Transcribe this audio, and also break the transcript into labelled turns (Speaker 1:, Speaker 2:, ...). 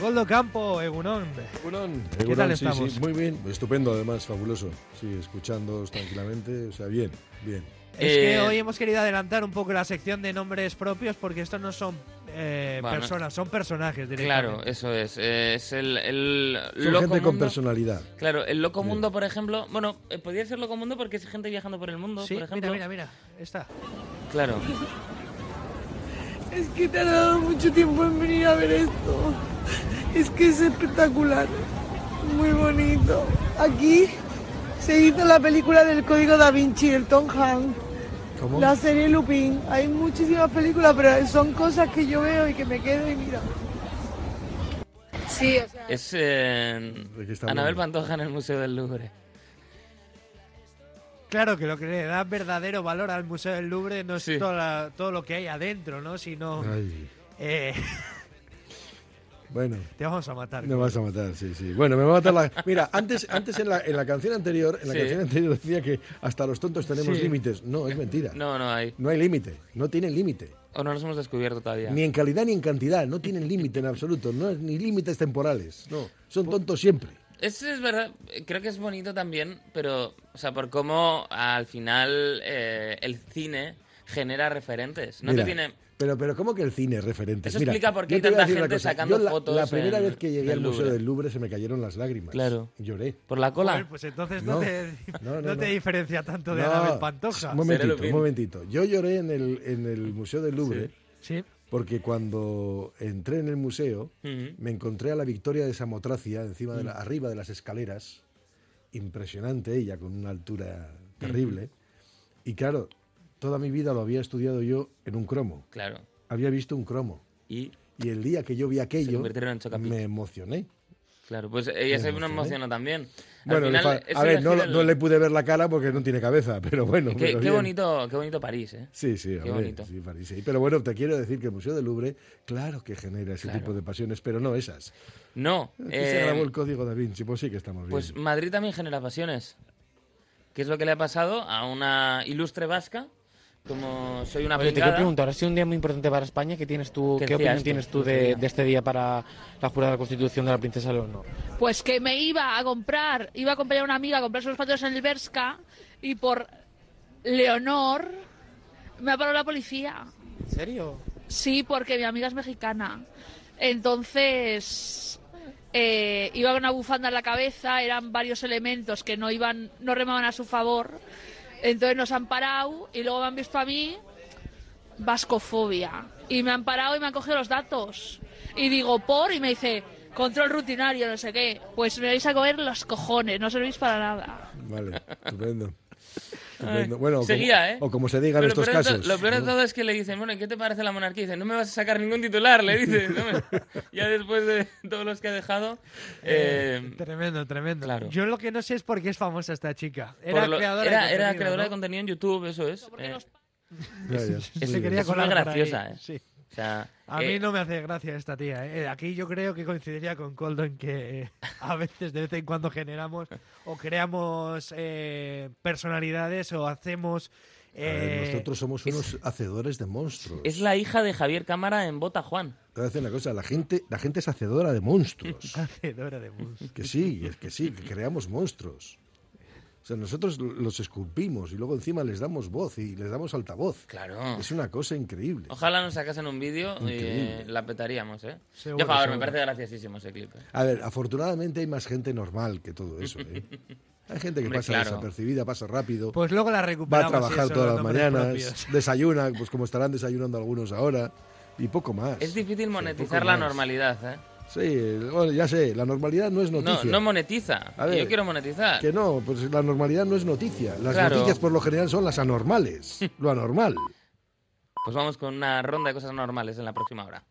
Speaker 1: Goldo Campo, Egunón.
Speaker 2: Eh,
Speaker 3: Egunon,
Speaker 1: tal
Speaker 3: Egunon, sí,
Speaker 1: estamos?
Speaker 3: sí, muy bien, estupendo además, fabuloso. Sí, escuchándoos tranquilamente, o sea, bien, bien.
Speaker 1: Es que
Speaker 2: Eh,
Speaker 1: hoy hemos querido adelantar un poco la sección de nombres propios porque estos no son eh,
Speaker 2: Bueno.
Speaker 1: personas, son personajes
Speaker 2: Claro,
Speaker 1: directamente.
Speaker 2: eso es. eh, es el, el
Speaker 3: Son
Speaker 2: loco
Speaker 3: gente con
Speaker 2: mundo.
Speaker 3: personalidad.
Speaker 2: Claro, el loco
Speaker 3: Bien.
Speaker 2: mundo, por ejemplo. Bueno, eh, podría ser loco mundo porque es gente viajando por el mundo,
Speaker 1: Sí,
Speaker 2: por ejemplo.
Speaker 1: mira, mira, mira. Está.
Speaker 2: Claro.
Speaker 4: Es que te ha dado mucho tiempo en venir a ver esto. Es que es espectacular. Muy bonito. Aquí se hizo la película del Código Da Vinci, el Tom Hanks.
Speaker 3: ¿Cómo?
Speaker 4: La serie Lupin. Hay muchísimas películas, pero son cosas que yo veo y que me quedo y mira. Sí, o sea,
Speaker 2: Es eh,
Speaker 3: ¿De qué está
Speaker 2: Anabel
Speaker 3: hablando?
Speaker 2: Pantoja en el Museo del Louvre.
Speaker 1: Claro que lo que le da verdadero valor al Museo del Louvre no es
Speaker 2: Sí.
Speaker 1: toda la- todo lo que hay adentro, ¿no? Sino.
Speaker 3: Ay,
Speaker 1: eh,
Speaker 3: bueno.
Speaker 1: te vamos a matar.
Speaker 3: Me vas a matar, sí, sí. Bueno, me va a matar la... Mira, antes, antes en, la, en la canción anterior, en la
Speaker 2: Sí.
Speaker 3: canción anterior decía que hasta los tontos tenemos
Speaker 2: Sí.
Speaker 3: límites. No, es mentira. No,
Speaker 2: No, no hay.
Speaker 3: hay límite, no tienen límite.
Speaker 2: O no los hemos descubierto todavía.
Speaker 3: Ni en calidad ni en cantidad, no tienen límite en absoluto, no es ni límites temporales. No, son tontos siempre.
Speaker 2: Eso es verdad, eh, creo que es bonito también, pero, o sea, por cómo al final eh, el cine genera referentes. No
Speaker 3: Mira,
Speaker 2: te tiene.
Speaker 3: Pero, pero ¿cómo que el cine es referente?
Speaker 2: Eso
Speaker 3: Mira,
Speaker 2: explica por qué
Speaker 3: yo te voy a
Speaker 2: tanta
Speaker 3: decir una
Speaker 2: gente
Speaker 3: cosa.
Speaker 2: sacando
Speaker 3: Yo la,
Speaker 2: fotos
Speaker 3: La primera
Speaker 2: en-
Speaker 3: vez que llegué
Speaker 2: del
Speaker 3: al Museo
Speaker 2: Louvre.
Speaker 3: del Louvre se me cayeron las lágrimas.
Speaker 2: Claro.
Speaker 3: Lloré.
Speaker 2: Por la cola.
Speaker 1: Joder, pues entonces no,
Speaker 3: No.
Speaker 1: te,
Speaker 3: No, no,
Speaker 1: no te
Speaker 3: no.
Speaker 1: diferencia tanto de
Speaker 3: No,
Speaker 1: Anabel Pantoja.
Speaker 3: Un momentito,
Speaker 2: Seré
Speaker 3: un
Speaker 2: Lupin.
Speaker 3: momentito. Yo lloré en el, en el Museo del Louvre
Speaker 1: Sí.
Speaker 3: porque cuando entré en el museo
Speaker 2: Ujú.
Speaker 3: me encontré a la Victoria de Samotracia encima de
Speaker 2: Mm.
Speaker 3: la- arriba de las escaleras. Impresionante ella, con una altura
Speaker 2: Mm.
Speaker 3: terrible. Y claro, toda mi vida lo había estudiado yo en un cromo.
Speaker 2: Claro.
Speaker 3: Había visto un cromo.
Speaker 2: Y,
Speaker 3: Y el día que yo vi aquello,
Speaker 2: convirtieron en Chocapic.
Speaker 3: me emocioné.
Speaker 2: claro, pues ella se
Speaker 3: emocioné.
Speaker 2: emociona también. Al
Speaker 3: Bueno, le
Speaker 2: final,
Speaker 3: fa-
Speaker 2: es
Speaker 3: a ver,
Speaker 2: elegir
Speaker 3: no,
Speaker 2: el-
Speaker 3: no le pude ver la cara porque no tiene cabeza, pero bueno.
Speaker 2: Qué,
Speaker 3: pero
Speaker 2: qué
Speaker 3: bien.
Speaker 2: bonito, qué bonito París, ¿eh?
Speaker 3: Sí, sí,
Speaker 2: Qué
Speaker 3: hombre,
Speaker 2: bonito.
Speaker 3: sí, París, sí. Pero bueno, te quiero decir que el Museo del Louvre, claro que genera ese
Speaker 2: Claro.
Speaker 3: tipo de pasiones, pero no esas.
Speaker 2: No,
Speaker 3: Aquí
Speaker 2: eh,
Speaker 3: se grabó el Código da Vinci, pues sí que estamos
Speaker 2: pues
Speaker 3: bien.
Speaker 2: Madrid también genera pasiones. ¿Qué es lo que le ha pasado a una ilustre vasca? Como soy una
Speaker 5: Oye, te quiero
Speaker 2: pringada.
Speaker 5: preguntar, ha sido un día muy importante para España. ¿Qué, tienes tú,
Speaker 2: ¿Qué
Speaker 5: ¿qué,
Speaker 2: hacía
Speaker 5: opinión
Speaker 2: esto?
Speaker 5: tienes tú
Speaker 2: ¿Qué
Speaker 5: de,
Speaker 2: hacía?
Speaker 5: de este día para la jurada constitución de la princesa Leonor?
Speaker 6: Pues que me iba a comprar, iba a acompañar a una amiga a comprarse unos zapatos en el Berska y por Leonor me ha parado la policía.
Speaker 5: ¿En serio?
Speaker 6: Sí, porque mi amiga es mexicana. Entonces, eh, iba con una bufanda en la cabeza, eran varios elementos que no iban, no remaban a su favor. Entonces nos han parado y luego me han visto a mí vascofobia. Y me han parado y me han cogido los datos. Y digo, por, y me dice, control rutinario, no sé qué. Pues me vais a comer los cojones, no servís para nada.
Speaker 3: Vale, estupendo. Estupendo. Bueno, o
Speaker 2: Seguía, ¿eh?
Speaker 3: como, o como se diga en
Speaker 2: Pero
Speaker 3: estos
Speaker 2: lo peor de to-
Speaker 3: casos.
Speaker 2: Lo peor de
Speaker 3: ¿no?
Speaker 2: todo es que le dicen, bueno, ¿y qué te parece la monarquía? Y dice, no me vas a sacar ningún titular, le dice. "No me-". ya después de todos los que ha dejado. eh,
Speaker 1: tremendo, tremendo.
Speaker 2: claro.
Speaker 1: Yo lo que no sé es por qué es famosa esta chica. Era
Speaker 2: por lo-
Speaker 1: creadora,
Speaker 2: era-
Speaker 1: de,
Speaker 2: era
Speaker 1: contenido,
Speaker 2: creadora de
Speaker 1: ¿no?
Speaker 2: contenido en YouTube, eso es.
Speaker 6: Porque
Speaker 2: eh,
Speaker 6: los-
Speaker 3: Ya, ya.
Speaker 1: Que se
Speaker 3: Muy
Speaker 1: quería
Speaker 3: bien.
Speaker 2: Es muy
Speaker 1: colar por ahí.
Speaker 2: graciosa, ¿eh?
Speaker 1: Sí.
Speaker 2: o sea,
Speaker 1: A
Speaker 2: eh,
Speaker 1: mí no me hace gracia esta tía. ¿eh? Aquí yo creo que coincidiría con Coldo en que eh, a veces, de vez en cuando, generamos o creamos eh, personalidades o hacemos.
Speaker 3: A ver,
Speaker 1: eh,
Speaker 3: nosotros somos unos hacedores de monstruos.
Speaker 2: Es la hija de Javier Cámara en Bota Juan.
Speaker 3: Te voy a decir una cosa, la gente, la gente es hacedora de monstruos.
Speaker 1: Ah, Hacedora de bus.
Speaker 3: Que sí, es que sí, que creamos monstruos. O sea, nosotros los esculpimos y luego encima les damos voz y les damos altavoz.
Speaker 2: Claro.
Speaker 3: Es una cosa increíble.
Speaker 2: Ojalá nos sacasen un vídeo y
Speaker 3: Increíble.
Speaker 2: eh, la petaríamos, ¿eh?
Speaker 1: Seguro,
Speaker 2: Yo, a favor,
Speaker 1: seguro.
Speaker 2: me parece graciosísimo ese clip. ¿eh?
Speaker 3: A ver, afortunadamente hay más gente normal que todo eso. ¿eh? Hay gente que
Speaker 2: Hombre,
Speaker 3: pasa
Speaker 2: claro.
Speaker 3: desapercibida, pasa rápido,
Speaker 1: Pues luego la
Speaker 3: va
Speaker 1: recuperamos.
Speaker 3: a trabajar
Speaker 1: eso,
Speaker 3: todas
Speaker 1: los
Speaker 3: las
Speaker 1: nombres
Speaker 3: mañanas,
Speaker 1: propios.
Speaker 3: desayuna, pues como estarán desayunando algunos ahora, y poco más.
Speaker 2: Es difícil
Speaker 3: Sí,
Speaker 2: monetizar
Speaker 3: poco
Speaker 2: la
Speaker 3: más.
Speaker 2: normalidad, ¿eh?
Speaker 3: Sí, bueno, ya sé, la normalidad no es
Speaker 2: No,
Speaker 3: noticia.
Speaker 2: no monetiza.
Speaker 3: A ver,
Speaker 2: Yo quiero monetizar.
Speaker 3: que no, pues la normalidad no es noticia. Las
Speaker 2: Claro.
Speaker 3: noticias por lo general son las anormales, lo anormal.
Speaker 2: Pues vamos con una ronda de cosas normales en la próxima hora.